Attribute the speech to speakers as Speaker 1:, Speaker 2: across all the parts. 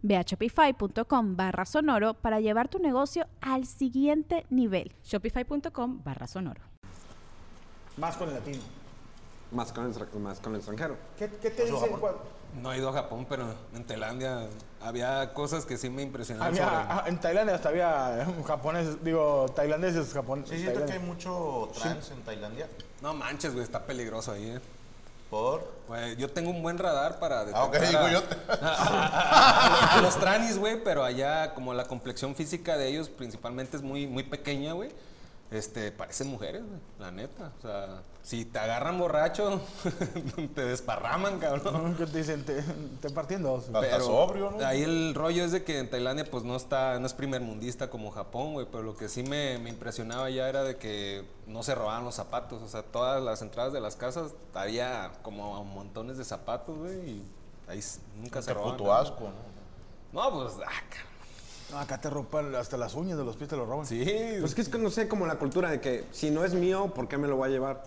Speaker 1: Ve a shopify.com barra sonoro para llevar tu negocio al siguiente nivel.
Speaker 2: Shopify.com barra sonoro.
Speaker 3: Más con el latino.
Speaker 4: Más con el, extra- más con el extranjero.
Speaker 3: ¿Qué, qué te dice? cuál-
Speaker 5: No he ido a Japón, pero en Tailandia había cosas que sí me impresionaron.
Speaker 3: Había-
Speaker 5: sobre-
Speaker 3: ah, en Tailandia hasta había japoneses, digo, tailandeses, japoneses.
Speaker 6: Sí, siento que hay mucho trans en Tailandia.
Speaker 5: No manches, güey, está peligroso ahí, eh.
Speaker 6: Por.
Speaker 5: Güey, yo tengo un buen radar para detectar
Speaker 6: Ah, ok, digo yo.
Speaker 5: a- a los tranis, güey, pero allá como la complexión física de ellos principalmente es muy, muy pequeña, güey. Este, parecen mujeres, güey, la neta. O sea, si te agarran borracho, te desparraman, cabrón.
Speaker 3: ¿Qué te dicen? Te, te partí en dos.
Speaker 5: Ah.
Speaker 6: Hasta sobrio, ¿no?
Speaker 5: Ahí el rollo es de que en Tailandia pues no está, no es primer mundista como Japón, güey, pero lo que sí me, me impresionaba ya era de que no se robaban los zapatos, o sea, todas las entradas de las casas había como montones de zapatos, güey, y ahí s- nunca se
Speaker 6: Qué
Speaker 5: robaban.
Speaker 6: puto asco, ¿no?
Speaker 5: No, pues, ah, cabrón.
Speaker 3: No, acá te rompan hasta las uñas de los pies, te lo roban.
Speaker 5: sí,
Speaker 4: Pues que es que no sé como la cultura de que si no es mío, ¿por qué me lo voy a llevar?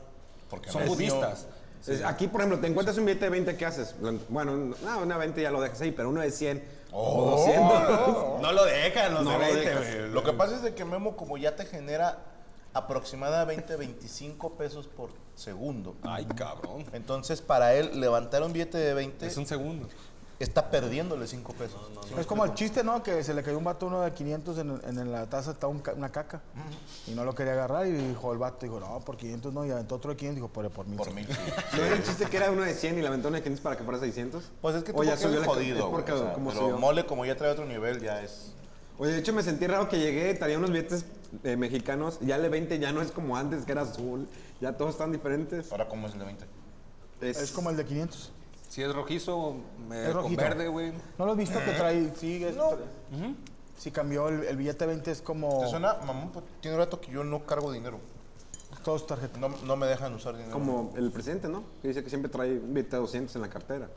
Speaker 6: Porque
Speaker 5: pues, son
Speaker 6: no-
Speaker 5: budistas.
Speaker 4: Es- Aquí, por ejemplo, te encuentras un billete de 20, ¿qué haces? Lo- Bueno, no, una 20 ya lo dejas ahí, pero uno de 100.
Speaker 6: Oh,
Speaker 4: o 200.
Speaker 5: No lo dejan, los
Speaker 4: No
Speaker 5: de
Speaker 4: lo
Speaker 5: 20,
Speaker 4: dejas.
Speaker 5: güey.
Speaker 6: Lo que pasa es de que Memo, como ya te genera aproximadamente 25 pesos por segundo.
Speaker 5: Ay, cabrón.
Speaker 6: Entonces, para él, levantar un billete de 20
Speaker 5: Es un segundo.
Speaker 6: está perdiéndole 5 pesos.
Speaker 3: Es como el chiste, ¿no? Que se le cayó un vato uno de 500 en, en- en la taza, estaba un ca- una caca. Y no lo quería agarrar y dijo el vato, dijo, no, por 500 no. Y aventó otro de 500 dijo, pero por mil.
Speaker 6: Por
Speaker 3: sí".
Speaker 6: mil.
Speaker 4: ¿No era el chiste que era uno de 100 y la ventana de 500 para que fuera 600?
Speaker 6: Pues es que
Speaker 4: O
Speaker 6: tú
Speaker 4: ya
Speaker 6: ya
Speaker 4: subió la- es
Speaker 6: jodido, güey.
Speaker 4: porque
Speaker 6: o sea,
Speaker 4: como
Speaker 6: pero
Speaker 4: subió.
Speaker 6: mole, como ya trae otro nivel, ya es.
Speaker 4: Oye, de hecho me sentí raro que llegué, traía unos billetes eh, mexicanos, ya el de 20 ya no es como antes, que era azul, ya todos están diferentes.
Speaker 6: Ahora, ¿cómo es el de 20?
Speaker 3: Es como el de 500.
Speaker 5: Si es rojizo, me,
Speaker 3: Es
Speaker 5: con
Speaker 3: rojito.
Speaker 5: verde, güey.
Speaker 3: ¿No lo has visto que trae? Sí, es, trae- Sí, cambió el, el billete de 20, es como
Speaker 6: ¿Te suena? Mamón, pues, tiene rato que yo no cargo dinero.
Speaker 3: todos tarjetas.
Speaker 6: No, no me dejan usar dinero.
Speaker 4: Como el presidente, ¿no? Que dice que siempre trae un billete de 200 en la cartera.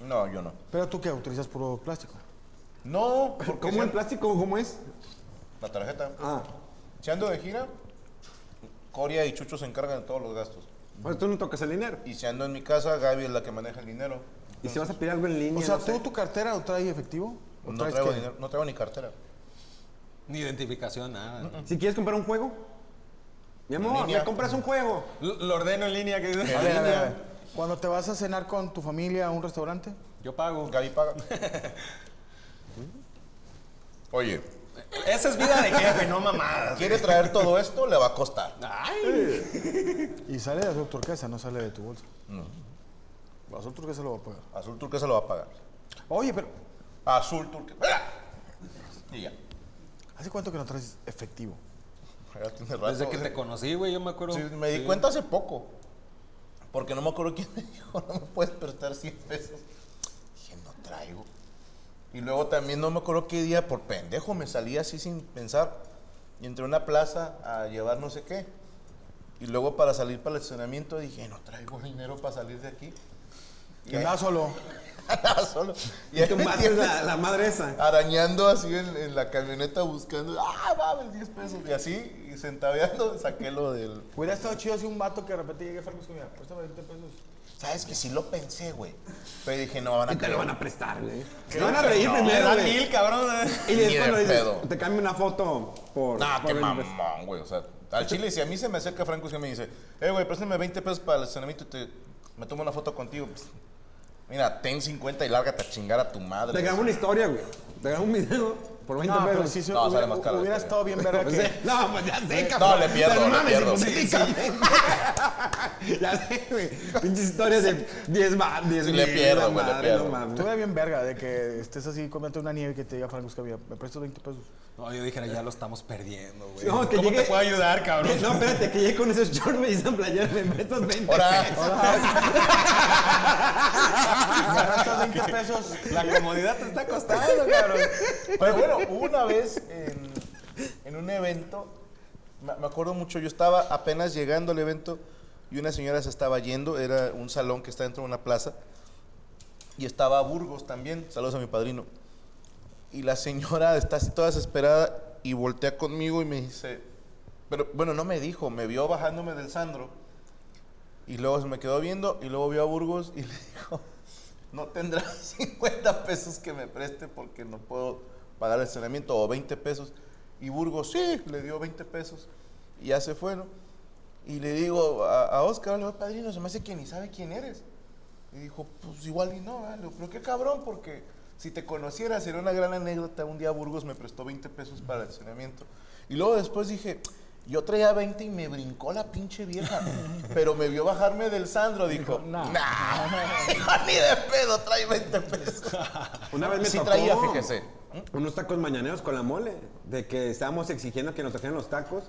Speaker 6: No, yo no.
Speaker 3: Pero tú qué, utilizas puro plástico.
Speaker 6: No, porque
Speaker 4: ¿Cómo
Speaker 6: si-
Speaker 4: el plástico? ¿Cómo es?
Speaker 6: La tarjeta.
Speaker 4: Ah,
Speaker 6: Si ando de gira, Coria y Chucho se encargan de todos los gastos.
Speaker 4: pues tú no tocas el dinero.
Speaker 6: Y si ando en mi casa, Gaby es la que maneja el dinero.
Speaker 4: Y si vas a pedir algo en línea.
Speaker 3: O sea,
Speaker 4: no
Speaker 3: ¿tú
Speaker 4: sé.
Speaker 3: tu cartera lo traes efectivo? ¿O
Speaker 6: No
Speaker 3: traes
Speaker 6: traigo
Speaker 3: qué?
Speaker 6: dinero, no traigo ni cartera.
Speaker 5: Ni identificación, nada.
Speaker 4: Si quieres comprar un juego, mi amor,
Speaker 6: línea.
Speaker 4: me compras un juego.
Speaker 5: L- Lo ordeno en línea, que dice.
Speaker 3: A ver, a ver, a ver. Cuando te vas a cenar con tu familia a un restaurante,
Speaker 5: Yo pago.
Speaker 6: Gaby paga. Oye,
Speaker 5: Esa es vida de jefe, no mamadas.
Speaker 6: quiere traer todo esto, le va a costar.
Speaker 5: Ay.
Speaker 3: y sale de azul turquesa, no sale de tu bolsa. No. Azul turquesa lo va a pagar.
Speaker 6: Azul Turquesa lo va a pagar.
Speaker 3: Oye, pero
Speaker 6: Azul Turquesa. Y ya.
Speaker 3: ¿hace cuánto que no traes efectivo?
Speaker 6: Ya tiene rato.
Speaker 5: Desde que te conocí, güey, yo me acuerdo.
Speaker 6: Sí, Pues, me di
Speaker 5: Sí.
Speaker 6: cuenta hace poco. Porque no me acuerdo quién me dijo, no me puedes prestar 100 pesos. Dije, no traigo. Y luego también no me acuerdo qué día, por pendejo, me salí así sin pensar. Y entré a una plaza a llevar no sé qué. Y luego para salir para el estacionamiento dije, no traigo dinero para salir de aquí.
Speaker 3: Que andaba solo.
Speaker 6: Andaba solo. Y
Speaker 4: Y
Speaker 6: ahí
Speaker 4: tú
Speaker 6: me
Speaker 4: mates
Speaker 6: tienes
Speaker 4: la, la madre esa.
Speaker 6: arañando así en, en la camioneta buscando. ¡Ah, mames, 10 pesos! Y así, y centaveando, saqué lo del...
Speaker 3: Hubiera estado chido si un vato que de repente llegue Fergus que mira, préstame 20 pesos.
Speaker 6: ¿Sabes que Sí lo pensé, güey. Pero dije, no, van a
Speaker 4: Y te lo
Speaker 6: creer.
Speaker 4: van a prestar, güey. Se van a reír
Speaker 6: No,
Speaker 4: primero,
Speaker 5: Da
Speaker 4: güey.
Speaker 5: mil, cabrón.
Speaker 4: Y
Speaker 6: Ni de
Speaker 4: después lo dices,
Speaker 6: pedo.
Speaker 4: te cambio una foto por...
Speaker 6: Nah,
Speaker 4: por
Speaker 6: qué
Speaker 4: el-
Speaker 6: mamón, güey. O sea, al chile, si a mí se me acerca Franco y me dice, eh, güey, préstame 20 pesos para el estacionamiento y te, me tomo una foto contigo. Pues, Pss, Mira, ten 50 y lárgate a chingar a tu madre.
Speaker 4: Te grabo una historia, güey. Te grabo un video. por 20
Speaker 3: No, pero
Speaker 4: pesos.
Speaker 3: sí se
Speaker 6: No, sale
Speaker 3: hubiera,
Speaker 6: más caro la
Speaker 3: hubiera
Speaker 6: historia.
Speaker 3: estado bien verga
Speaker 4: Pues,
Speaker 3: que...
Speaker 4: eh, No, pues ya sé, cabrón.
Speaker 6: No, le pierdo,
Speaker 4: Pero
Speaker 6: le
Speaker 4: mames,
Speaker 6: pierdo.
Speaker 4: hipotéticamente. ya sé, güey. Pinches historias de 10 más, 10
Speaker 6: Sí, le pierdo, güey, le pierdo.
Speaker 3: Estuviera bien verga de que estés así comiendo una nieve y que te diga Franco Escamilla, ¿me prestas 20 pesos?
Speaker 5: No, yo dijera, ya lo estamos perdiendo, güey.
Speaker 4: No, que
Speaker 6: ¿Cómo
Speaker 4: llegue.
Speaker 6: te puedo ayudar, cabrón?
Speaker 4: No, espérate, que llegue con esos shorts me dicen playera, me prestas 20
Speaker 6: Ahora,
Speaker 4: pesos.
Speaker 3: ¿Me prestas 20 pesos?
Speaker 4: La comodidad te está costando, cabrón.
Speaker 6: Pero bueno, hubo una vez en, en un evento, me me acuerdo mucho, yo estaba apenas llegando al evento y una señora se estaba yendo, era un salón que está dentro de una plaza, y estaba Burgos también, saludos a mi padrino. Y la señora está así toda desesperada y voltea conmigo y me dice, pero bueno, no me dijo, me vio bajándome del Sandro. Y luego se me quedó viendo y luego vio a Burgos y le dijo, no tendrás 50 pesos que me preste porque no puedo pagar el estacionamiento o 20 pesos. Y Burgos, sí, le dio 20 pesos y ya se fue, ¿no? Y le digo a, a Oscar, le digo, padrino, se me hace que ni sabe quién eres. Y dijo, pues igual y no, ¿verdad? Le digo, pero qué cabrón, porque si te conociera sería una gran anécdota. Un día Burgos me prestó 20 pesos para el estacionamiento. Y luego después dije, yo traía 20 y me brincó la pinche vieja. pero me vio bajarme del Sandro, dijo, nah, ni de pedo trae 20 pesos.
Speaker 4: Una vez me
Speaker 6: Sí
Speaker 4: tocó.
Speaker 6: traía, fíjese.
Speaker 4: Unos tacos mañaneros con la mole. De que estábamos exigiendo que nos trajeran los tacos.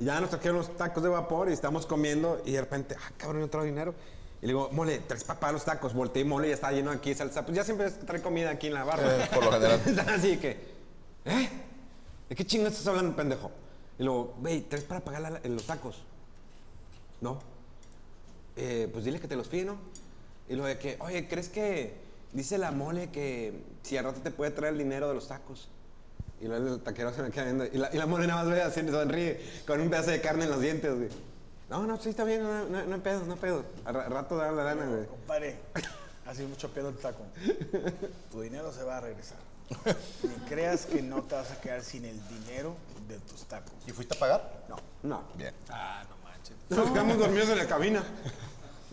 Speaker 4: Y ya nos trajeron los tacos de vapor y estamos comiendo. Y de repente, ah, cabrón, no traigo dinero. Y le digo, mole, tres papás los tacos. Volteé y mole ya está lleno aquí de salsa. Pues ya siempre trae comida aquí en la barra.
Speaker 6: Eh, por lo general.
Speaker 4: Así que, ¿eh? ¿De qué chingados estás hablando, pendejo? Y luego, güey, tres para pagar la- los tacos. No. Eh, pues dile que te los pide, ¿no? Y lo de que, oye, ¿crees que dice la mole que si al rato te puede traer el dinero de los tacos? Y luego el taquero se me queda viendo. Y la, y la mole nada más ve así, sonríe, con un pedazo de carne en los dientes, güey. No, no, sí, está bien, no, no, no hay pedo, no hay pedo. Al ra- rato da la lana, güey.
Speaker 3: Compadre, así mucho pedo el taco. Tu dinero se va a regresar. Ni creas que no te vas a quedar sin el dinero de tus tacos.
Speaker 6: ¿Y fuiste a pagar?
Speaker 3: No.
Speaker 4: No.
Speaker 6: Bien.
Speaker 5: Ah,
Speaker 4: Nos quedamos dormidos en la cabina.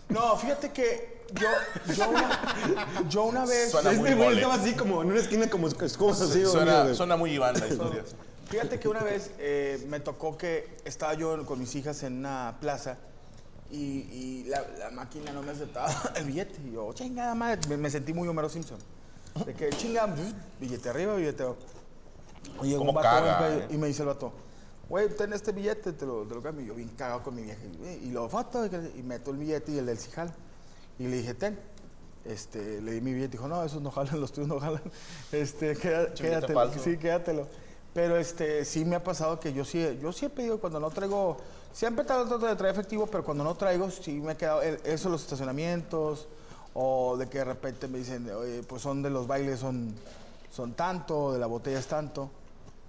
Speaker 3: No, fíjate que yo, yo, una, yo una vez...
Speaker 6: Suena muy
Speaker 4: este güey
Speaker 6: mole.
Speaker 4: estaba así como en una esquina como escobas así, dormido,
Speaker 6: Suena,
Speaker 4: güey.
Speaker 6: suena muy Iván la historia.
Speaker 3: Fíjate que una vez eh, me tocó que estaba yo con mis hijas en una plaza y, y la, la máquina no me aceptaba el billete. Y yo, chingada madre, me, me sentí muy Homero Simpson. De que chingada, billete arriba, billete abajo. Y llegó
Speaker 6: ¿Cómo
Speaker 3: un vato
Speaker 6: caga,
Speaker 3: güey,
Speaker 6: eh?
Speaker 3: y me dice el vato, güey, ten este billete, te lo, te lo cambio. Y yo bien cagado con mi vieja. Y, güey, y lo foto y meto el billete y el del cijal. Y le dije, ten. Este, le di mi billete y dijo, no, esos no jalan, los tuyos no jalan. Este, queda-
Speaker 6: Chuleta
Speaker 3: quédatelo.
Speaker 6: falso.
Speaker 3: Sí, quédatelo. Pero este, sí me ha pasado que yo sí, yo sí he pedido cuando no traigo, siempre tra- trato de traer efectivo, pero cuando no traigo, sí me ha quedado el- eso, los estacionamientos, o de que de repente me dicen, oye, pues son de los bailes, son, son tanto, de la botella es tanto,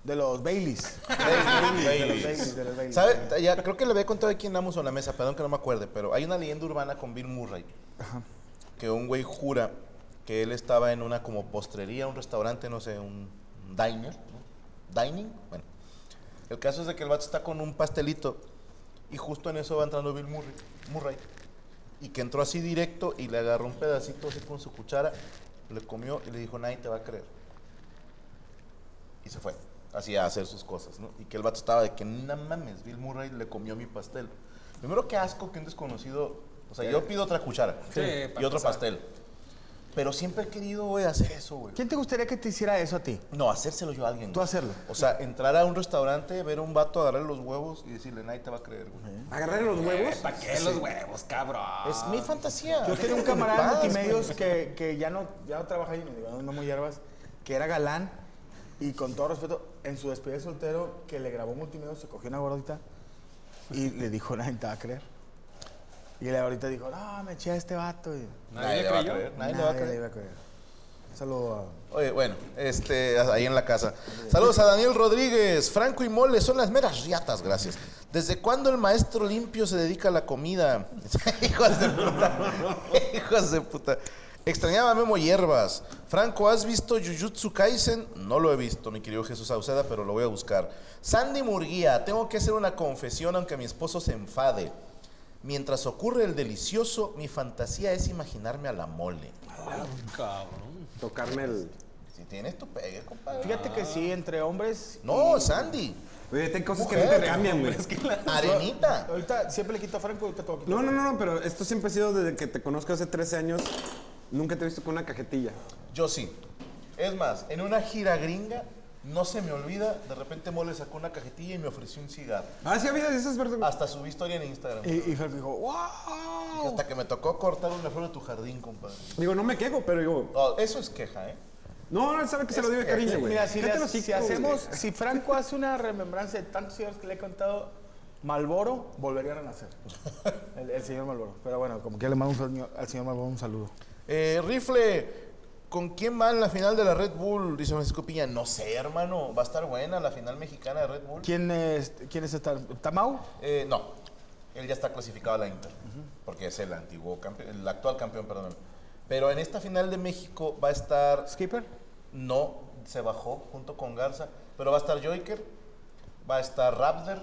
Speaker 3: de los Baileys. de los Baileys, de los Baileys.
Speaker 6: ¿Sabe? Ya, creo que le había contado aquí en Amazon la mesa, perdón que no me acuerde, pero hay una leyenda urbana con Bill Murray. Que un güey jura que él estaba en una como postrería, un restaurante, no sé, un diner. ¿no? Dining, bueno. El caso es de que el vato está con un pastelito y justo en eso va entrando Bill Murray. Murray y que entró así directo y le agarró un pedacito así con su cuchara, le comió y le dijo, nadie te va a creer. Y se fue, así a hacer sus cosas, ¿no? Y que el vato estaba de que, no mames, Bill Murray le comió mi pastel. Primero, qué asco que un desconocido, o sea, yo pido otra cuchara
Speaker 5: Sí,
Speaker 6: y
Speaker 5: para
Speaker 6: otro
Speaker 5: empezar.
Speaker 6: pastel. Pero siempre he querido, güey, hacer eso, güey.
Speaker 3: ¿Quién te gustaría que te hiciera eso a ti?
Speaker 6: No, hacérselo yo a alguien.
Speaker 3: Tú
Speaker 6: güey.
Speaker 3: hacerlo.
Speaker 6: O sea, entrar a un restaurante, ver a un vato agarrarle los huevos y decirle, nadie te va a creer, güey.
Speaker 4: Agarrarle los
Speaker 6: Eh,
Speaker 4: huevos.
Speaker 5: ¿Para qué los huevos, cabrón?
Speaker 6: Es mi fantasía.
Speaker 3: Yo tenía un camarada en
Speaker 6: Vas,
Speaker 3: multimedios
Speaker 6: güey.
Speaker 3: que, que ya no, ya no trabaja ahí, no digo, no muy hierbas, que era galán y con todo respeto, en su despedida de soltero que le grabó multimedios, se cogió una gordita y le dijo, nadie te va a creer. Y la gordita dijo, no, me eché a este vato. Y
Speaker 5: Nadie le
Speaker 6: le va a
Speaker 5: creyó.
Speaker 6: creer, Nadie, le va a
Speaker 3: le
Speaker 6: creer.
Speaker 3: iba a creer. Un saludo a...
Speaker 6: Oye, bueno, este, ahí en la casa. Saludos a Daniel Rodríguez, Franco y Mole, son las meras riatas, gracias. ¿Desde cuándo el maestro limpio se dedica a la comida? Hijos de puta. Hijos de puta. Extrañaba a Memo Hierbas. Franco, ¿has visto Jujutsu Kaisen? No lo he visto, mi querido Jesús Sauceda, pero lo voy a buscar. Sandy Murguía, tengo que hacer una confesión aunque mi esposo se enfade. Mientras ocurre el delicioso, mi fantasía es imaginarme a la mole.
Speaker 5: Cabrón.
Speaker 4: Tocarme el.
Speaker 6: Si tienes tu pegue, compadre.
Speaker 3: Fíjate que sí, entre hombres.
Speaker 6: No, Sandy.
Speaker 4: Oye, hay cosas que no
Speaker 6: Mujer,
Speaker 4: te cambian, güey.
Speaker 6: Arenita.
Speaker 3: Ahorita siempre le quito a Franco, ahorita todo
Speaker 4: No, no, no, no, pero esto siempre ha sido desde que te conozco hace 13 años. Nunca te he visto con una cajetilla.
Speaker 6: Yo sí. Es más, en una gira gringa, no se me olvida, de repente Mole sacó una cajetilla y me ofreció un cigarro.
Speaker 4: Ah, sí, había de esas personas.
Speaker 6: Hasta subí historia en Instagram.
Speaker 4: Eh,
Speaker 3: Y, y Franco dijo, ¡Wow!
Speaker 6: Hasta que me tocó cortar una flor de tu jardín, compadre.
Speaker 4: Digo, no me quejo, pero digo,
Speaker 6: No, eso es queja, ¿eh?
Speaker 4: no, él sabe que se lo dio de cariño,
Speaker 3: Este,
Speaker 4: güey.
Speaker 3: Mira, si, le-
Speaker 4: Cállate el
Speaker 3: si
Speaker 4: hocico, güey.
Speaker 3: hacemos, si Franco hace una remembranza de tantos señores que le he contado, Malboro volvería a renacer. El, el señor Malboro. Pero bueno, como que le mando un saludo- al señor Malboro un saludo.
Speaker 6: Eh, Rifle, ¿con quién va en la final de la Red Bull? Dice Francisco Piña. No sé, hermano. Va a estar buena la final mexicana de Red Bull.
Speaker 3: ¿Quién es, quién es esta? ¿Tamau?
Speaker 6: Eh, no, él ya está clasificado a la Inter, porque es el antiguo campeón, el actual campeón, perdón. Pero en esta final de México va a estar,
Speaker 3: ¿Skipper?
Speaker 6: no, se bajó junto con Garza, pero va a estar Joiker, va a estar Raptor,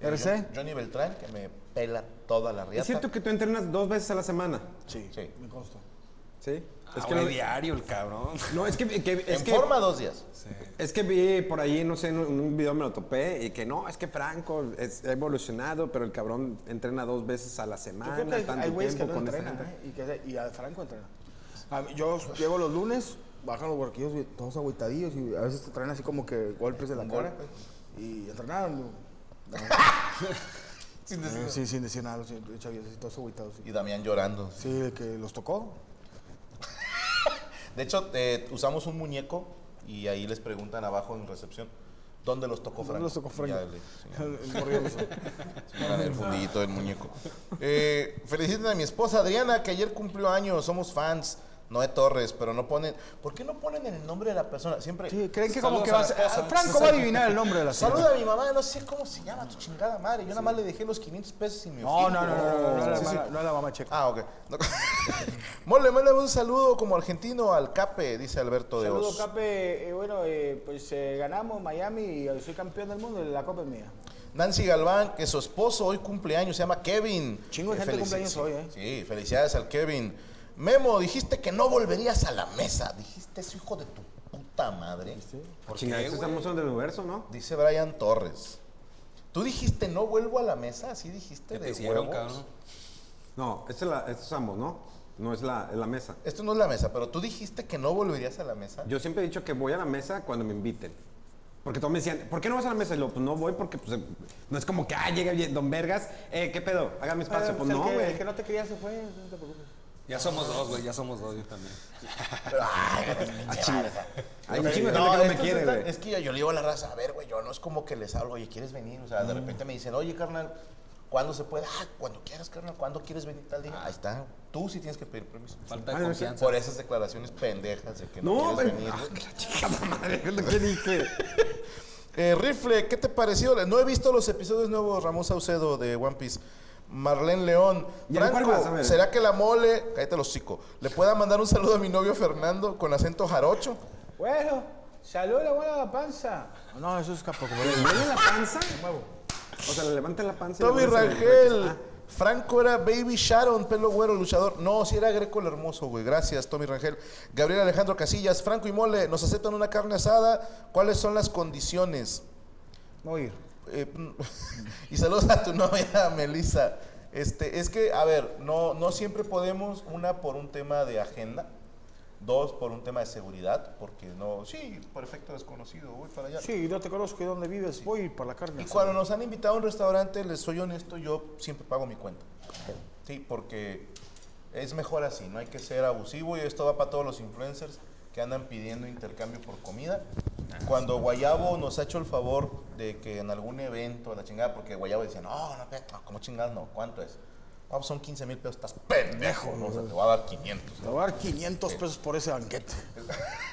Speaker 6: eh,
Speaker 3: RC.
Speaker 6: Jo- Johnny Beltrán, que me pela toda la riata.
Speaker 4: Es cierto que tú entrenas dos veces a la semana.
Speaker 3: Sí.
Speaker 6: Sí.
Speaker 3: Me consta.
Speaker 4: Sí.
Speaker 5: Es
Speaker 4: es que
Speaker 5: que
Speaker 4: lo-
Speaker 5: Ah, diario el cabrón.
Speaker 4: No, es que, que- es
Speaker 6: en
Speaker 4: que
Speaker 6: forma dos días.
Speaker 4: es que vi por ahí, no sé, en un- en un video me lo topé y que no, es que Franco es ha evolucionado, pero el cabrón entrena dos veces a la
Speaker 3: Yo
Speaker 4: semana,
Speaker 3: creo que hay- hay
Speaker 4: tanto
Speaker 3: güeyes que
Speaker 4: tiempo
Speaker 3: no
Speaker 4: con esta
Speaker 3: entrenan,
Speaker 4: gente.
Speaker 3: ¿eh? Y, que- y a Franco entrena. A mí- yo llego los lunes, bajan los huerquillos güey, todos agüitadillos y a veces te traen así como que golpes en la cara. Y entrenaron. digo,
Speaker 6: Sin
Speaker 3: eh,
Speaker 6: decir-
Speaker 3: sí, sin decir nada, los chavillos, así, todos agüitados. sí.
Speaker 6: Y Damián llorando.
Speaker 3: Sí, de que los tocó.
Speaker 6: De hecho, eh, usamos un muñeco y ahí les preguntan abajo en recepción, ¿dónde los tocó Franco?
Speaker 3: No los tocó Franco.
Speaker 6: Ya le- sí.
Speaker 3: El morrillo los tocó.
Speaker 6: Era del fundillito del muñeco. Eh, feliciten a mi esposa Adriana, que ayer cumplió años. Somos fans. Noé Torres, pero no ponen. ¿Por qué no ponen el nombre de la persona? Siempre.
Speaker 3: Sí, creen que como
Speaker 6: Saludos
Speaker 3: que
Speaker 6: a
Speaker 3: va a
Speaker 6: la
Speaker 3: ser.
Speaker 6: esposa.
Speaker 3: ah, Franco va a adivinar el nombre de la señora.
Speaker 6: Saluda a mi mamá, no sé cómo se llama, tu chingada madre. Yo nada más le dejé los 500 pesos y me
Speaker 3: No,
Speaker 6: fui.
Speaker 3: no, no, no, no, no, no,
Speaker 6: Sí,
Speaker 3: no,
Speaker 6: sí.
Speaker 3: no, no es la mamá checa.
Speaker 6: Ah, ok. No. mole, mole, un saludo como argentino al Cape, dice Alberto de
Speaker 3: Saludos,
Speaker 6: Os.
Speaker 3: Cape. eh, bueno, eh, pues eh, ganamos Miami y eh, soy campeón del mundo y la copa es mía.
Speaker 6: Nancy Galván, que su esposo hoy cumpleaños, se llama Kevin.
Speaker 3: Chingo de
Speaker 6: Eh,
Speaker 3: gente
Speaker 6: felici-
Speaker 3: cumpleaños
Speaker 6: sí,
Speaker 3: hoy, ¿eh?
Speaker 6: Sí, felicidades al Kevin. Memo, dijiste que no volverías a la mesa. Dijiste eso, hijo de tu puta madre. ¿Por
Speaker 4: Chingada,
Speaker 6: qué,
Speaker 4: estos
Speaker 6: güey?
Speaker 4: estamos en el universo, ¿no?
Speaker 6: Dice Brian Torres. Tú dijiste no vuelvo a la mesa, así dijiste
Speaker 5: ¿Qué
Speaker 6: de
Speaker 5: te hicieron,
Speaker 6: huevos?
Speaker 5: cabrón?
Speaker 4: No, esta es la, estos ambos, ¿no? No es la, es la mesa.
Speaker 6: Esto no es la mesa, pero tú dijiste que no volverías a la mesa.
Speaker 4: Yo siempre he dicho que voy a la mesa cuando me inviten. Porque todos me decían, ¿por qué no vas a la mesa? Y yo, pues no voy porque pues, eh, no es como que, ah, llega bien Don Vergas, eh, ¿qué pedo? Hágame espacio.
Speaker 3: Pero,
Speaker 4: pues
Speaker 3: pues, el
Speaker 4: no,
Speaker 3: que-
Speaker 4: güey.
Speaker 3: El que no te quería se fue, no te preocupes.
Speaker 5: Ya somos dos, güey, ya somos dos, yo también.
Speaker 4: Ah, chinga. Hay un
Speaker 6: Pero,
Speaker 4: chingo de gente que no me
Speaker 6: esto
Speaker 4: quiere,
Speaker 6: es, tan-
Speaker 4: güey.
Speaker 6: es que yo, yo le digo a la raza, a ver, güey, yo no es como que les hablo, oye, ¿quieres venir? O sea, de repente me dicen, oye, carnal, ¿cuándo se puede? Ah, cuando quieras, carnal, ¿cuándo quieres venir tal día? Ahí está, tú sí tienes que pedir permiso.
Speaker 5: Falta
Speaker 4: Ah,
Speaker 5: de
Speaker 4: no,
Speaker 5: confianza.
Speaker 6: Por esas declaraciones pendejas de que no,
Speaker 4: No,
Speaker 6: quieres
Speaker 4: güey.
Speaker 6: venir.
Speaker 4: Ah,
Speaker 6: güey.
Speaker 4: que la chingada madre, es lo que dije.
Speaker 6: Eh, Rifle, ¿qué te pareció? No he visto los episodios nuevos, Ramón Saucedo de One Piece. Marlene León.
Speaker 4: ¿Y en cuál vas? A
Speaker 6: Franco,
Speaker 4: ver.
Speaker 6: ¿será que la mole, cállate los hocico, le pueda mandar un saludo a mi novio Fernando con acento jarocho?
Speaker 3: Bueno, salud la buena la panza. No, eso es capo. como-
Speaker 4: ¿Le duele la panza? O sea, le levanta la panza. y le
Speaker 6: Toby
Speaker 4: duele ese-
Speaker 6: Rangel.
Speaker 4: Ah,
Speaker 6: Franco era Baby Sharon, pelo güero, luchador. No, si era Greco el hermoso, güey. Gracias, Tommy Rangel. Gabriel Alejandro Casillas. Franco y Mole, ¿nos aceptan una carne asada? ¿Cuáles son las condiciones?
Speaker 3: No voy a ir.
Speaker 6: Eh, y saludos a tu novia, Melissa. Este, es que, a ver, no, no siempre podemos, una por un tema de agenda, dos por un tema de seguridad, porque no, sí, perfecto desconocido, voy para allá.
Speaker 3: Sí, no te conozco y dónde vives. Voy por la carne.
Speaker 6: Y cuando nos han invitado a un restaurante, les soy honesto, yo siempre pago mi cuenta. Sí, porque es mejor así, no hay que ser abusivo y esto va para todos los influencers que andan pidiendo intercambio por comida.
Speaker 5: Ah,
Speaker 6: Cuando Guayabo nos ha hecho el favor de que en algún evento, la chingada, porque Guayabo decía, no, no, espérate, no, ¿cómo chingadas no? ¿Cuánto es? Ah, pues son 15 mil pesos, estás pendejo, ¿no? o sea, te voy a dar 500.
Speaker 3: Te voy a dar 500 pesos por ese banquete.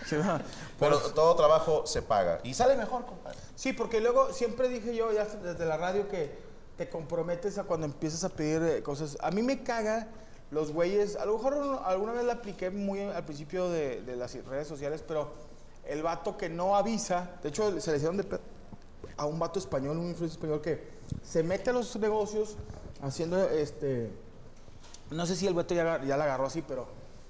Speaker 3: Sí, va.
Speaker 6: Pero todo trabajo se paga y sale mejor, compadre.
Speaker 3: Sí, porque luego siempre dije yo ya desde la radio que te comprometes a cuando empiezas a pedir eh, cosas. A mí me caga los güeyes. A lo mejor uno- alguna vez la apliqué muy al principio de, de las redes sociales, pero el vato que no avisa, de hecho se le hicieron de pedo a un vato español, un influencer español que se mete a los negocios haciendo este no sé si el vato ya, aga- ya la agarró así, pero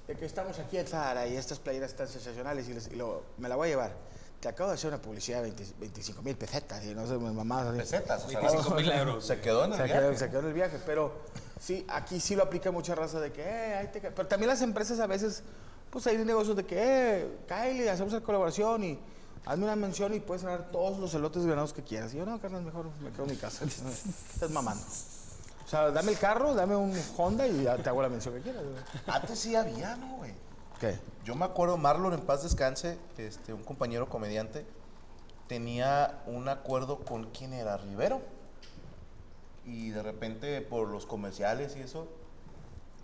Speaker 3: de que estamos aquí en Zara y estas playeras están sensacionales y, les- y luego, me la voy a llevar. Te acabo de hacer una publicidad de 20 25 mil pesetas y no sé, mis mamás. así.
Speaker 6: Pesetas, o sea,
Speaker 5: 25 mil euros.
Speaker 6: Se quedó en el
Speaker 3: Se
Speaker 6: viaje.
Speaker 3: quedó, se quedó en el viaje, pero sí, aquí sí lo aplica mucha raza de que, eh, ahí te ca-". Pero también las empresas a veces, pues hay negocios de que, eh, Kylie, hacemos la colaboración y hazme una mención y puedes ganar todos los elotes ganados que quieras. Y yo, no, carnal, mejor me quedo en mi casa. Estás mamando. O sea, dame el carro, dame un Honda y ya te hago la mención que quieras. güey.
Speaker 6: Antes sí había, ¿no, güey?
Speaker 3: ¿Qué?
Speaker 6: Yo me acuerdo, Marlon, en paz descanse, este, un compañero comediante, tenía un acuerdo con quién era Rivero. Y de repente, por los comerciales y eso,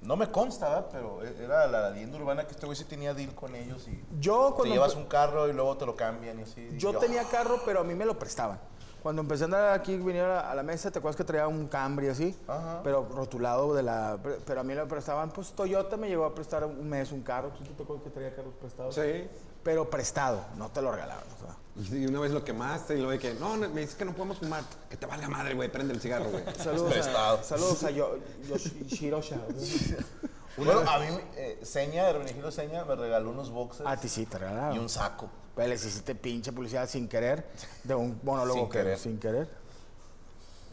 Speaker 6: no me consta, ¿verdad? pero e- era la leyenda urbana que este güey sí tenía deal con ellos y
Speaker 3: Yo
Speaker 6: te
Speaker 3: cuando
Speaker 6: llevas un carro y luego te lo cambian y así. Y ah.
Speaker 3: Yo tenía carro, pero a mí me lo prestaban. Cuando empecé a andar aquí, vinieron a a la mesa, ¿te acuerdas que traía un Camry así?
Speaker 6: Ajá.
Speaker 3: Pero rotulado de la... Pero a mí lo prestaban, pues Toyota me llegó a prestar un mes un carro. ¿Tú te acuerdas que traía carros prestados?
Speaker 4: Sí.
Speaker 3: Pero prestado, no te lo regalaban. o sea.
Speaker 4: Y una vez lo quemaste y luego de que, no, no, me dices que no podemos fumar. Que te valga madre, güey, prende el cigarro, güey.
Speaker 3: Saludos
Speaker 6: Prestado.
Speaker 3: a, saludos a yo, Yoshi- Shirosha.
Speaker 6: Bueno, a mí, eh, Seña, Hermenegildo Seña, me regaló unos boxes
Speaker 3: a ti sí te regalaban.
Speaker 6: y un saco.
Speaker 3: Pero Pues, les hiciste pinche publicidad sin querer de un monólogo
Speaker 6: Sin
Speaker 3: que
Speaker 6: querer.
Speaker 3: sin querer.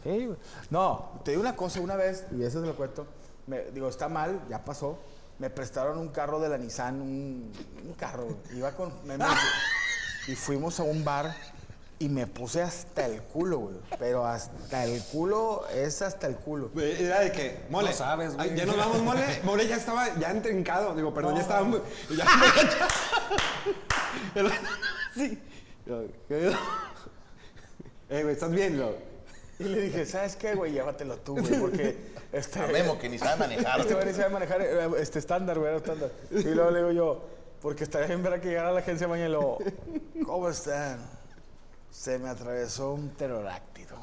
Speaker 3: Sí, güey. no, te digo una cosa, una vez, y eso se lo cuento, me, digo, está mal, ya pasó. Me prestaron un carro de la Nissan, un, un carro. güey. Iba con. me- me- y fuimos a un bar y me puse hasta el culo, güey. Pero hasta el culo es hasta el culo.
Speaker 4: Güey, Eh, Era de que, mole.
Speaker 5: No sabes, güey.
Speaker 4: ay, Ya nos vamos, mole. Mole ya estaba ya entrincado. Digo, perdón, ya estaba muy. Ya, El- sí. Yo, ¿qué? Eh, güey, ¿estás bien, lo?
Speaker 3: Y le dije, ¿sabes qué, güey? Llévatelo tú, güey, porque. Este,
Speaker 6: A Memo, que ni sabe manejar.
Speaker 3: Este
Speaker 6: güey.
Speaker 3: güey se sabe manejar eh, este estándar, güey, era estándar. Y luego le digo yo, porque estaría bien ver a que llegara a la agencia mañana y luego, ¿cómo están? Se me atravesó un pterodáctilo.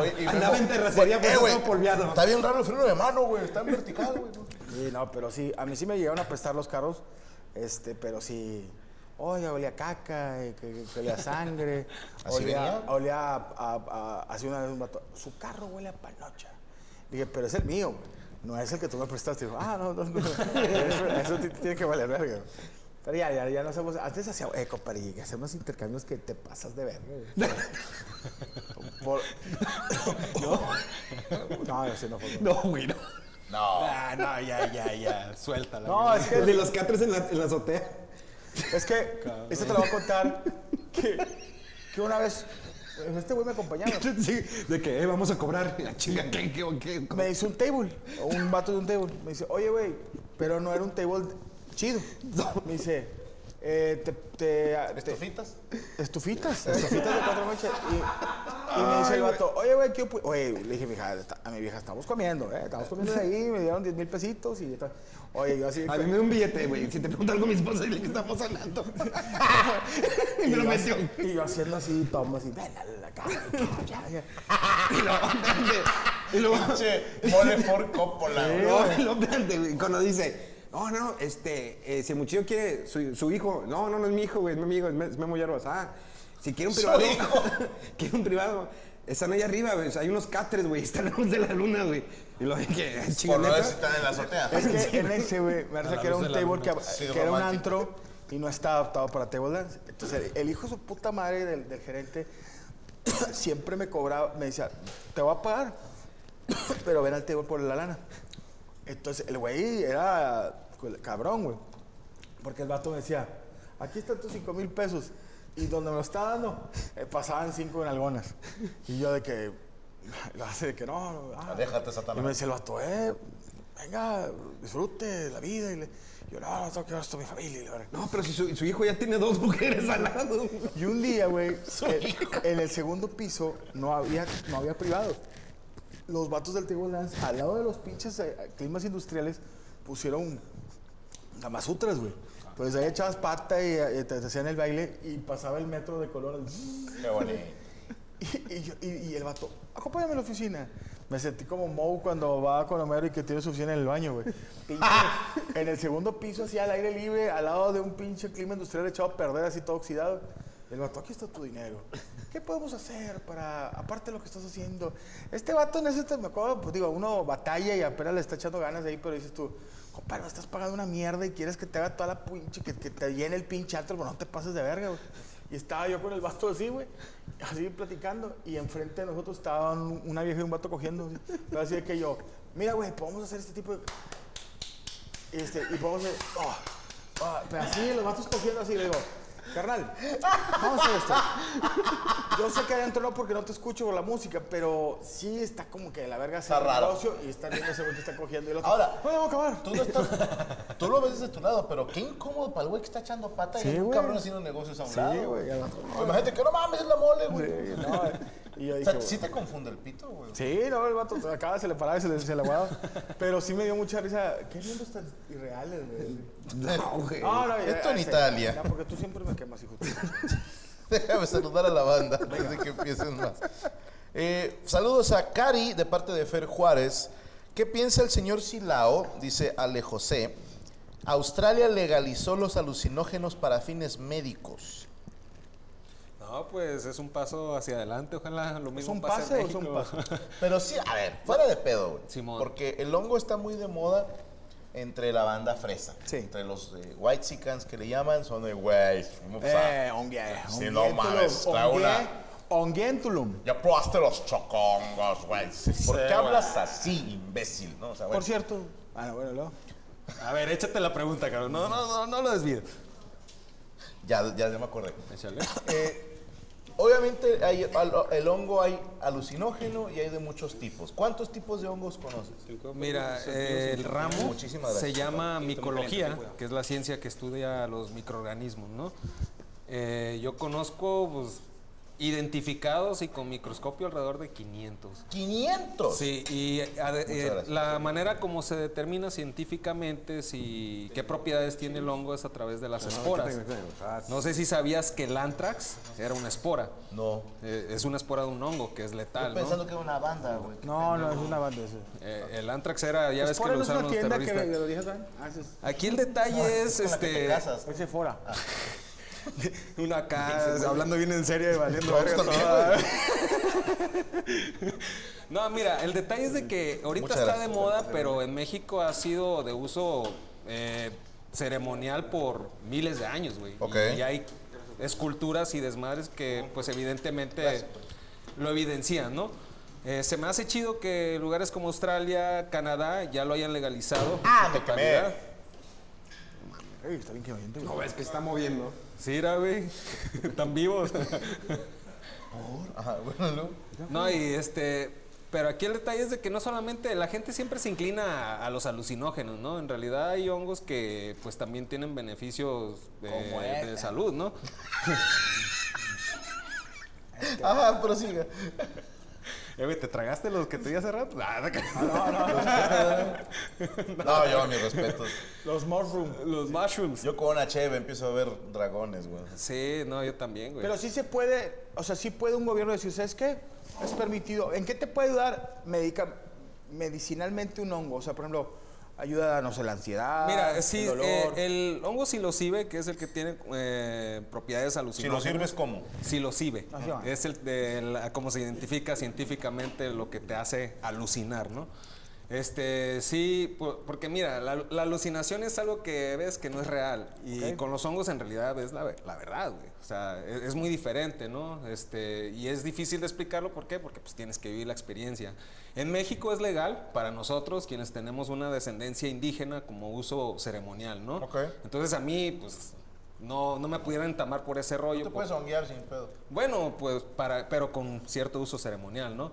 Speaker 6: Oye, y
Speaker 4: Andaba
Speaker 6: Memo,
Speaker 4: en terracería,
Speaker 6: güey,
Speaker 4: por
Speaker 6: eh,
Speaker 4: eso
Speaker 6: güey,
Speaker 4: estaba polviado.
Speaker 6: Está bien raro el freno de mano, güey. Está en vertical, güey. ¿no?
Speaker 3: Sí, no, pero sí, a mí sí me llegaron a prestar los carros, este, pero sí, oye, olía a caca, eh, que, que- que olía a sangre,
Speaker 6: ¿Así
Speaker 3: olía,
Speaker 6: venía?
Speaker 3: olía a, a- a- así una vez un vato, su carro huele a panocha. Dije, pero es el mío, güey, no es el que tú me prestaste. Dijo, ah, no, no, no, eso, eso ti- tiene que valer verga. güey. Pero ya, ya, ya no hacemos, antes hacíamos, eh, compadre, y hacemos intercambios que te pasas de verga. güey. Por- no, no, sí, no, fue-
Speaker 4: No, güey, no.
Speaker 6: No.
Speaker 5: Ah, no, ya, ya, ya. Suéltala.
Speaker 3: no, es que
Speaker 4: El de los catres en la, en la azotea.
Speaker 3: Es que, esto te lo voy a contar, que, que una vez, este güey me acompañaba,
Speaker 4: Sí, de que, eh, vamos a cobrar. La chinga, ¿qué, qué, qué?
Speaker 3: me dice un table, o un vato de un table, me dice, oye, güey, pero no era un table chido. Me dice, eh, te, te, te-
Speaker 6: ¿Estofitas?
Speaker 3: estufitas, estufitas de cuatro noches. Y, y me dice el vato, oye, güey, ¿qué opu-?" Oye, le dije, mija, a mi vieja, estamos comiendo, ¿eh? Estamos comiendo de ahí, me dieron 10 mil pesitos y tal. Oye, yo así...
Speaker 4: A mí me dio un billete, güey. Si te pregunta algo mi esposa, dile que estamos hablando. y me lo
Speaker 3: yo
Speaker 4: metió.
Speaker 3: así- y yo haciendo así, tomo así, "Ven a la cara, ya, ya".
Speaker 4: Y lo espérate. Y luego.
Speaker 6: Che, mole for Coppola, güey.
Speaker 4: No, y luego, espérate, güey. Cuando dice. No, no, este, eh, si el muchillo quiere su, su hijo. No, no, no es mi hijo, güey, es mi amigo, es, Me- es Memo Yerbas. Ah, si quiere un
Speaker 6: Su
Speaker 4: privado.
Speaker 6: hijo.
Speaker 4: quiere un privado. Están allá arriba, güey. o sea, hay unos catres, güey. Están la luz de la luna, güey. Y lo "Ah, dije,
Speaker 6: Por lo este. menos
Speaker 4: chingoneta.
Speaker 6: están en la azotea.
Speaker 3: Es que en ese, güey, me parece que era
Speaker 5: luz
Speaker 3: un
Speaker 5: de la
Speaker 3: table que,
Speaker 6: Sí,
Speaker 3: que era un
Speaker 6: romántico.
Speaker 3: antro y no estaba adaptado para table dance. Entonces, el hijo de su puta madre del, del gerente siempre me cobraba, me decía, te voy a pagar, pero ven al table por la lana. Entonces, el güey era cabrón, güey. Porque el vato me decía, aquí están tus cinco mil pesos. Y donde me lo está dando, eh, pasaban cinco en algunas. Y yo de que, lo hace de que no, no, ah.
Speaker 6: Déjate,
Speaker 3: Y me
Speaker 6: Satanás.
Speaker 3: decía el vato, eh, venga, disfrute la vida. Y le- yo, no, no, tengo que ver esto a mi familia. Y, la verga.
Speaker 4: No, pero si su, su hijo ya tiene dos mujeres al lado.
Speaker 3: Y un día, güey, en, en el segundo piso no había, no había privado. Los vatos del Table Dance, al lado de los pinches eh, climas industriales, pusieron Kamasutras, güey. Entonces ahí echabas pata y eh, te, te hacían el baile y pasaba el metro de color.
Speaker 6: Qué bonito.
Speaker 3: Y, y yo- y- y el vato, acompáñame a la oficina. Me sentí como Moe cuando va con Homero y que tiene su oficina en el baño, güey. Pinche- en el segundo piso, así al aire libre, al lado de un pinche clima industrial echado a perder, así todo oxidado. El vato, aquí está tu dinero. ¿Qué podemos hacer para, aparte de lo que estás haciendo? Este vato necesita, me acuerdo, pues digo, uno batalla y apenas le está echando ganas ahí, pero dices tú, compadre, estás pagando una mierda y quieres que te haga toda la pinche, que, que te llene el pinche antro, pero no te pases de verga, güey. Y estaba yo con el vato así, güey, así platicando, y enfrente de nosotros estaban una vieja y un vato cogiendo, así, Pero así de que yo, mira, güey, podemos hacer este tipo de... Este, y podemos hacer... oh, oh", pero así, los vatos cogiendo así, le digo, carnal, vamos a hacer esto. Yo sé que adentro no porque no te escucho con la música, pero sí está como que de la verga hacer
Speaker 6: Está raro.
Speaker 3: negocio y está viendo ese güey que está cogiendo y el otro.
Speaker 6: Ahora,
Speaker 3: "Oye, vamos a acabar.
Speaker 6: Tú, no estás- tú lo ves desde tu lado, pero qué incómodo para el güey que está echando pata
Speaker 3: Sí,
Speaker 6: y un
Speaker 3: güey.
Speaker 6: cabrón haciendo negocios a un lado.
Speaker 3: Sí, güey, al otro.
Speaker 6: O Imagínate que no mames, es la mole, güey.
Speaker 3: Sí, no, eh, y yo
Speaker 6: O
Speaker 3: dije,
Speaker 6: sea, sí
Speaker 3: bueno.
Speaker 6: te confunde el pito, güey.
Speaker 3: Sí, no, el vato se acaba, se le paraba y se le, se le aguaba. Pero sí me dio mucha risa. ¿Qué mundos tan irreales, güey?
Speaker 6: No, güey.
Speaker 3: No, no, ya-
Speaker 6: Esto en
Speaker 3: ya sé.
Speaker 6: Italia.
Speaker 3: No, porque tú siempre me quemas, hijo.
Speaker 6: Déjame saludar a la banda antes de que empiecen más. Eh, saludos a Cari de parte de Fer Juárez. ¿Qué piensa el señor Silao? Dice Ale José. Australia legalizó los alucinógenos para fines médicos.
Speaker 5: No, pues es un paso hacia adelante. Ojalá lo mismo
Speaker 3: un
Speaker 5: pase
Speaker 3: pase
Speaker 5: en
Speaker 3: o es un
Speaker 5: México.
Speaker 6: Pero sí, a ver, fuera de pedo, güey.
Speaker 5: Simón.
Speaker 6: Porque el hongo está muy de moda entre la banda fresa.
Speaker 3: Sí.
Speaker 6: Entre los eh, white sicans que le llaman, son de güey. fuimos
Speaker 5: Eh.
Speaker 6: a-
Speaker 3: Eh, ongue.
Speaker 6: Sí, no mames, trae una-
Speaker 3: Onguentulum.
Speaker 6: Ya probaste los chocongos, güey. ¿Por qué
Speaker 5: güey.
Speaker 6: hablas así, imbécil? No, o sea,
Speaker 3: Por
Speaker 6: bueno.
Speaker 3: cierto. Ah, no, bueno, luego.
Speaker 5: A ver, échate la pregunta, cabrón. No, no, no, no lo desvíes.
Speaker 6: Ya, ya, ya me acordé.
Speaker 5: Échale.
Speaker 6: Eh, obviamente hay al- el hongo hay alucinógeno y hay de muchos tipos. ¿Cuántos tipos de hongos conoces?
Speaker 5: Mira, eh, el ramo
Speaker 6: Muchísimas
Speaker 5: se
Speaker 6: gracias.
Speaker 5: llama micología, que es la ciencia que estudia los microorganismos, ¿no? Eh, yo conozco, pues, identificados y con microscopio alrededor de 500.
Speaker 6: 500.
Speaker 5: Sí, y eh, ade- eh,
Speaker 6: gracias.
Speaker 5: la manera como se determina científicamente si qué propiedades tiene el hongo es a través de las esporas. No sé si sabías que el antrax era una espora.
Speaker 6: No.
Speaker 5: Eh, es una espora de un hongo que es letal, Ah, ¿no?
Speaker 6: Pensando que era una banda, güey.
Speaker 3: No, no, es una banda esa.
Speaker 5: Eh, el antrax era, ya ves que
Speaker 3: Sephora
Speaker 5: lo
Speaker 3: no es
Speaker 5: usaron
Speaker 3: una
Speaker 5: los
Speaker 3: tienda que
Speaker 5: terroristas.
Speaker 3: que lo dije acá. Ah, ese es.
Speaker 5: Aquí el detalle es
Speaker 6: Con la que te
Speaker 5: este
Speaker 6: casas.
Speaker 3: Ese fora.
Speaker 6: Ah,
Speaker 5: uno acá Pues hablando bien en serio y valiendo
Speaker 6: Vamos
Speaker 5: verga
Speaker 6: también,
Speaker 5: todo, ¿verdad? No, mira, el detalle es de que ahorita
Speaker 6: Muchas
Speaker 5: está de
Speaker 6: gracias.
Speaker 5: moda, pero en México ha sido de uso eh, ceremonial por miles de años, güey.
Speaker 6: Ok.
Speaker 5: Y, y hay esculturas y desmadres que pues evidentemente lo evidencian, ¿no? Eh, se me hace chido que lugares como Australia, Canadá ya lo hayan legalizado. en
Speaker 6: Ah,
Speaker 5: su
Speaker 6: me
Speaker 5: totalidad.
Speaker 6: quemé.
Speaker 3: Ey, está bien quemadiente, güey.
Speaker 4: No ves que está moviendo.
Speaker 5: Sí, era, güey. Están vivos.
Speaker 6: Ajá, bueno, luego.
Speaker 5: No, y este. Pero aquí el detalle es de que no solamente la gente siempre se inclina a, a los alucinógenos, ¿no? En realidad hay hongos que pues también tienen beneficios
Speaker 6: Como
Speaker 5: eh, de salud, ¿no?
Speaker 6: Ajá, prosiga.
Speaker 5: Eh, güey, ¿te tragaste los que te di hace rato? Ah, no,
Speaker 6: No, yo, mis respetos.
Speaker 3: Los mushroom.
Speaker 5: Los mushrooms.
Speaker 6: Yo con una cheve empiezo a ver dragones, güey.
Speaker 5: Sí, no, yo también, güey.
Speaker 3: Pero sí se puede, o sea, sí puede un gobierno decir, ¿sabes qué? Es permitido. ¿En qué te puede ayudar medica- medicinalmente un hongo? O sea, por ejemplo, ayuda, no sé, la ansiedad,
Speaker 5: Mira, sí,
Speaker 3: el dolor.
Speaker 5: eh, ah, el hongo silocibe, que es el que tiene eh, propiedades
Speaker 6: Si lo
Speaker 5: alucinógenas.
Speaker 6: sirves, ¿cómo?
Speaker 5: Silocibe.
Speaker 3: Así va.
Speaker 5: Es el de la- cómo se identifica científicamente lo que te hace alucinar, ¿no? Este, sí, por- porque mira, la, la alucinación es algo que ves que no es real. Y con los hongos en realidad es la, ve- la verdad, güey. O sea, e, es, es muy diferente, ¿no? Este, y es difícil de explicarlo, ¿por qué? Porque pues tienes que vivir la experiencia. En México es legal para nosotros, quienes tenemos una descendencia indígena como uso ceremonial, ¿no?
Speaker 6: Ok.
Speaker 5: Entonces a mí, pues, no, no me pudieron entamar por ese rollo.
Speaker 6: Tú te
Speaker 5: por-
Speaker 6: puedes honguear sin pedo.
Speaker 5: bueno, pues para, pero con cierto uso ceremonial, ¿no?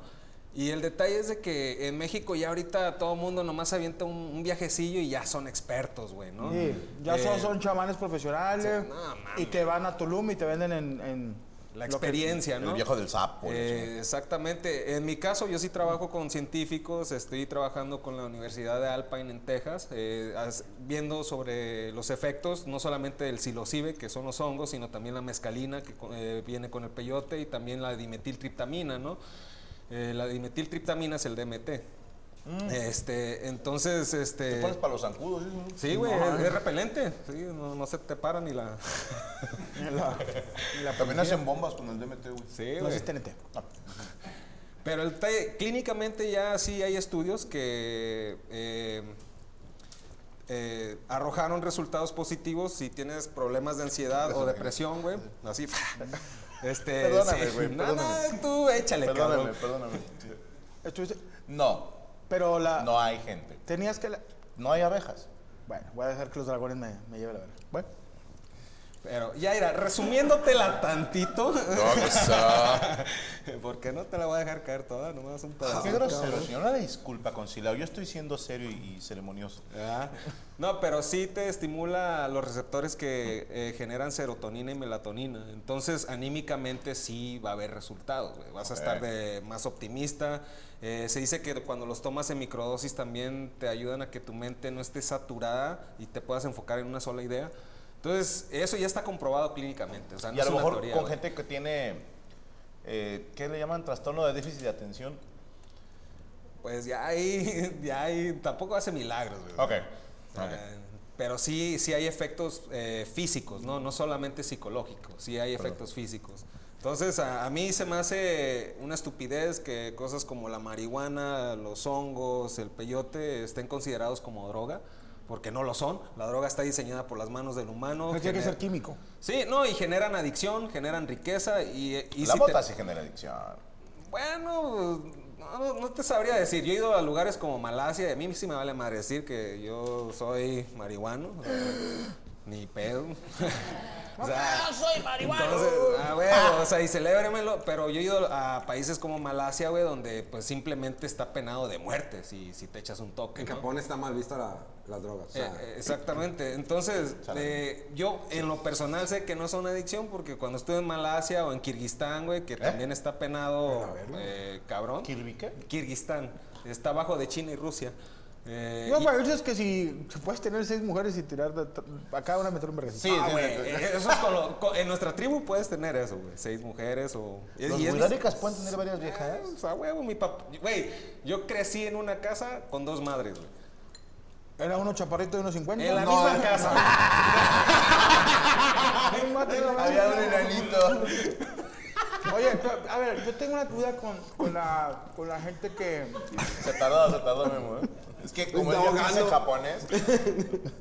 Speaker 5: Y el detalle es de que en México ya ahorita todo el mundo nomás avienta un, un viajecillo y ya son expertos, güey, ¿no?
Speaker 3: Sí, ya
Speaker 5: Eh,
Speaker 3: son, son chamanes profesionales
Speaker 5: sí, no, mames.
Speaker 3: y te van a Tulum y te venden en... en
Speaker 5: La
Speaker 3: lo que-
Speaker 5: experiencia, ¿no?
Speaker 6: El viejo del sapo. la
Speaker 5: Eh,
Speaker 6: chingada.
Speaker 5: exactamente. En mi caso, yo sí trabajo con científicos. Estoy trabajando con la Universidad de Alpine en Texas, eh, as- viendo sobre los efectos, no solamente del psilocibe, que son los hongos, sino también la mescalina, que co- eh, viene con el peyote, y también la dimetiltriptamina, ¿no? Eh, la dimetiltriptamina es el DMT. Este, entonces, este.
Speaker 6: Te pones para los zancudos. ¿sí?
Speaker 5: Sí, güey, es, es repelente. Sí, no, no se te para ni la.
Speaker 6: También hacen bombas con el DMT, güey.
Speaker 5: Sí,
Speaker 3: No,
Speaker 5: güey.
Speaker 3: ese es TNT.
Speaker 5: Pero el te- clínicamente ya sí hay estudios que eh, eh, arrojaron resultados positivos si tienes problemas de ansiedad o depresión, güey. Así. Este,
Speaker 6: Perdóname,
Speaker 5: sí.
Speaker 6: güey,
Speaker 5: No,
Speaker 6: perdóname.
Speaker 5: no, tú échale,
Speaker 6: Perdóname,
Speaker 5: cabrón.
Speaker 6: perdóname.
Speaker 3: Estuviste-
Speaker 6: No,
Speaker 3: Pero la.
Speaker 6: no hay gente.
Speaker 3: Tenías que. la-
Speaker 6: No hay abejas.
Speaker 3: Bueno, voy a dejar que los dragones me, me lleven la verga. Bueno.
Speaker 5: Pero, Yaira, resumiéndotela tantito, ah.
Speaker 6: Qué
Speaker 5: porque no te la voy a dejar caer toda, nomás un pedazo.
Speaker 6: grosero, señor. Una disculpa, conciliado. Yo estoy siendo serio y, y ceremonioso.
Speaker 5: Ah, No, pero sí te estimula los receptores que eh, generan serotonina y melatonina. Entonces, anímicamente sí va a haber resultados. güey. Vas
Speaker 6: Ok.
Speaker 5: a estar de- más optimista. Eh, se dice que cuando los tomas en microdosis también te ayudan a que tu mente no esté saturada y te puedas enfocar en una sola idea. Entonces, eso ya está comprobado clínicamente. O sea, Ah, no
Speaker 6: y a
Speaker 5: es
Speaker 6: lo
Speaker 5: una
Speaker 6: mejor
Speaker 5: teoría,
Speaker 6: con
Speaker 5: güey.
Speaker 6: gente que tiene, eh, ¿qué le llaman? Trastorno de déficit de atención.
Speaker 5: Pues ya ahí, ya ahí tampoco hace milagros. güey.
Speaker 6: Ok.
Speaker 5: Eh, Pero sí, sí hay efectos eh, físicos, ¿no? No solamente psicológicos, sí hay efectos físicos. Entonces, a, a mí se me hace una estupidez que cosas como la marihuana, los hongos, el peyote estén considerados como droga, porque no lo son. La droga está diseñada por las manos del
Speaker 3: No
Speaker 5: humano.
Speaker 3: tiene que
Speaker 5: gener-
Speaker 3: ser químico.
Speaker 5: Sí, no, y generan adicción, generan riqueza y... y
Speaker 6: La
Speaker 5: si te-
Speaker 6: bota sí genera adicción.
Speaker 5: bueno, no, no- no te sabría decir. Yo he ido a lugares como Malasia y a mí sí me vale madre decir que yo soy marihuano. eh, Ni pedo. o sea, soy marihuano. ah, güey, o sea, y celébremelo. Pero yo he ido a países como Malasia, güey, donde pues simplemente está penado de muerte si, si te echas un toque.
Speaker 4: En
Speaker 5: ¿no?
Speaker 4: Japón está mal vista la- las drogas. o sea,
Speaker 5: Eh, eh, exactamente. Entonces, eh, yo en lo personal sé que no es una adicción porque cuando estuve en Malasia o en Kirguistán, güey,
Speaker 4: ¿Eh?
Speaker 5: que también está penado, eh, cabrón.
Speaker 6: ¿Kirby qué?
Speaker 5: Kirguistán. Está abajo de China y Rusia. Eh,
Speaker 3: Yo,
Speaker 5: y-
Speaker 3: para eso es que si, si puedes tener seis mujeres y tirar de tr- a cada una meter un vergüenza.
Speaker 6: Sí,
Speaker 5: Ah,
Speaker 6: sí,
Speaker 5: güey,
Speaker 6: sí, sí.
Speaker 5: eh, eso es con lo- con- en nuestra tribu puedes tener eso, güey. Seis mujeres o...
Speaker 6: Los
Speaker 5: y es-
Speaker 6: buráricas pueden tener varias viejas.
Speaker 5: O sea, huevo, mi papá... Güey, yo crecí en una casa con dos madres, güey.
Speaker 3: Era uno chaparrito y uno cincuenta.
Speaker 5: En la
Speaker 3: No,
Speaker 5: misma
Speaker 3: eh,
Speaker 5: casa.
Speaker 3: un vato y una madre.
Speaker 6: Había un enanito.
Speaker 3: Oye, pero, a ver, yo tengo una duda con, con, la, con la gente que
Speaker 6: Se tardó, se tardó, Memo. ¿eh? Es que como
Speaker 4: Está
Speaker 6: él ya dice
Speaker 4: ahogando.
Speaker 6: japonés,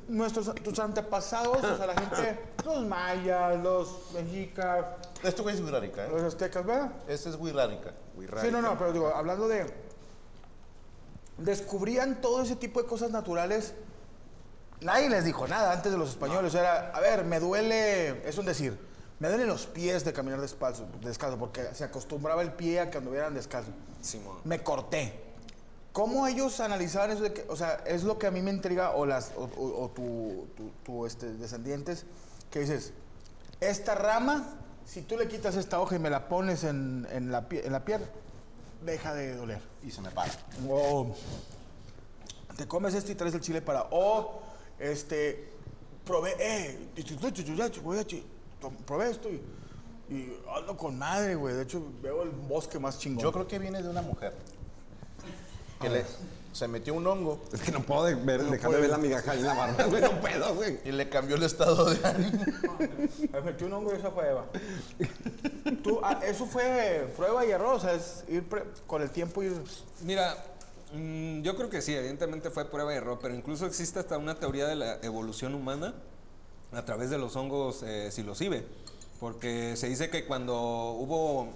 Speaker 3: nuestros tus antepasados, o sea, la gente, los mayas, los mexicas,
Speaker 6: este güey es Wirrárica, ¿eh?
Speaker 3: los aztecas, ¿verdad?
Speaker 6: Este es Wirrárica.
Speaker 3: Sí, no, no, pero digo, hablando de. Descubrían todo ese tipo de cosas naturales. Nadie les dijo nada antes de los españoles. Era, a ver, me duele, es un decir, me duelen los pies de caminar descalzo, descalzo porque se acostumbraba el pie a que anduvieran descalzo.
Speaker 5: Simón.
Speaker 3: Me corté. ¿Cómo ellos analizaban eso de que, o sea, es lo que a mí me intriga, o las, o, o- o tu, tu- tu, este, descendientes, que dices, esta rama, si tú le quitas esta hoja y me la pones en, en la, pie- en la piel, deja de doler. Oh.
Speaker 6: Y se me para.
Speaker 3: O te comes esto y traes el chile para. O este. Probé. Eh, probé esto y. Y ando con madre, güey. De hecho, veo el bosque más chingón.
Speaker 6: Yo creo que viene de una mujer. Que le, se metió un hongo
Speaker 4: es que no puedo de- ver, dejar de ver la migaja ahí en la barba, güey. No puedo, güey.
Speaker 6: y le cambió el estado de ánimo.
Speaker 3: Me metí un hongo y esa fue Eva. Tú, ah, eso fue prueba y error, o sea, es ir pre- con el tiempo ir.
Speaker 5: Mira, mm, yo creo que sí, evidentemente fue prueba y error, pero incluso existe hasta una teoría de la evolución humana a través de los hongos eh, psilocibe, porque se dice que cuando hubo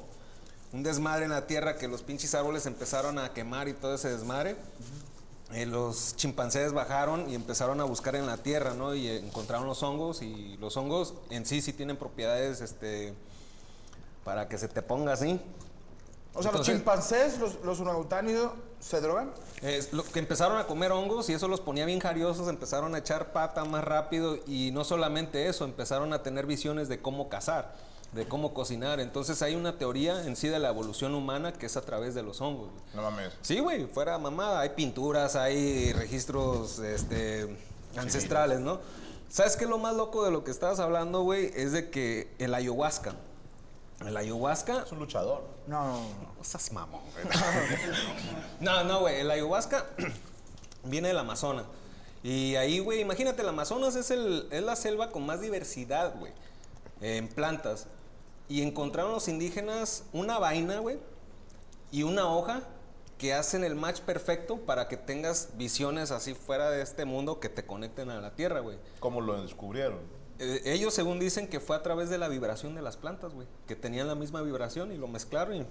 Speaker 5: un desmadre en la tierra, que los pinches árboles empezaron a quemar y todo ese desmadre, eh, los chimpancés bajaron y empezaron a buscar en la tierra, ¿no? Y eh, encontraron los hongos y los hongos en sí sí tienen propiedades, este, para que se te ponga así.
Speaker 3: O sea, los
Speaker 5: Entonces-
Speaker 3: chimpancés, los, los orangutanes, ¿se drogan?
Speaker 5: Es lo que empezaron a comer hongos y eso los ponía bien jariosos, empezaron a echar pata más rápido y no solamente eso, empezaron a tener visiones de cómo cazar, de cómo cocinar. Entonces hay una teoría en sí de la evolución humana que es a través de los hongos. güey.
Speaker 6: No mames.
Speaker 5: Sí, güey, fuera mamada, hay pinturas, hay registros este, ancestrales, ¿no? ¿Sabes qué es lo más loco de lo que estabas hablando, güey? Es de que el ayahuasca. El ayahuasca
Speaker 6: Es un luchador.
Speaker 3: No, no, no.
Speaker 5: no seas mamón, güey. No, no, güey. El ayahuasca viene del Amazonas. Y ahí, güey, imagínate, el Amazonas es, el, es la selva con más diversidad, güey, en plantas. Y encontraron los indígenas una vaina, güey, y una hoja que hacen el match perfecto para que tengas visiones así fuera de este mundo que te conecten a la tierra, güey.
Speaker 6: ¿Cómo lo descubrieron?
Speaker 5: Eh, ellos, según dicen, que fue a través de la vibración de las plantas, güey. Que tenían la misma vibración y lo mezclaron y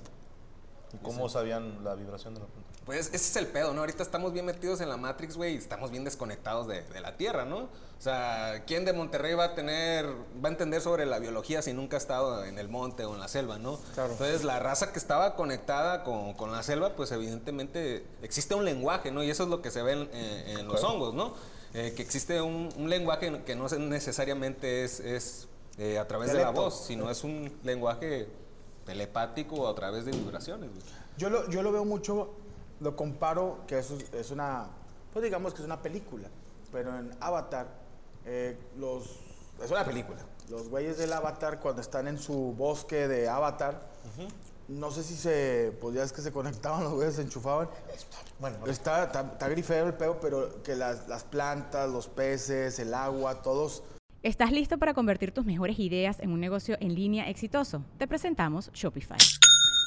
Speaker 6: ¿Y cómo sabían la vibración de la punta?
Speaker 5: Pues ese es el pedo, ¿no? Ahorita estamos bien metidos en la Matrix, güey, y estamos bien desconectados de, de la Tierra, ¿no? O sea, ¿quién de Monterrey va a tener, va a entender sobre la biología si nunca ha estado en el monte o en la selva, ¿no?
Speaker 3: Claro.
Speaker 5: Entonces, la raza que estaba conectada con, con la selva, pues evidentemente existe un lenguaje, ¿no? Y eso es lo que se ve en, en- en los hongos, ¿no? Eh, que existe un, un lenguaje que no es- necesariamente es, es, eh, a través de la
Speaker 3: Dialecto.
Speaker 5: voz, sino es un lenguaje telepático o a través de vibraciones, güey.
Speaker 3: Yo lo, yo lo veo mucho, lo comparo, que eso es, es una, pues digamos que es una película, pero en Avatar, eh, los, es una película. Los güeyes del Avatar, cuando están en su bosque de Avatar, no sé si se, pues ya es que se conectaban los güeyes, se enchufaban.
Speaker 6: Bueno,
Speaker 3: Está, está, está grifero el peo, pero que las, las plantas, los peces, el agua, todos
Speaker 2: ¿Estás listo para convertir tus mejores ideas en un negocio en línea exitoso? Te presentamos Shopify.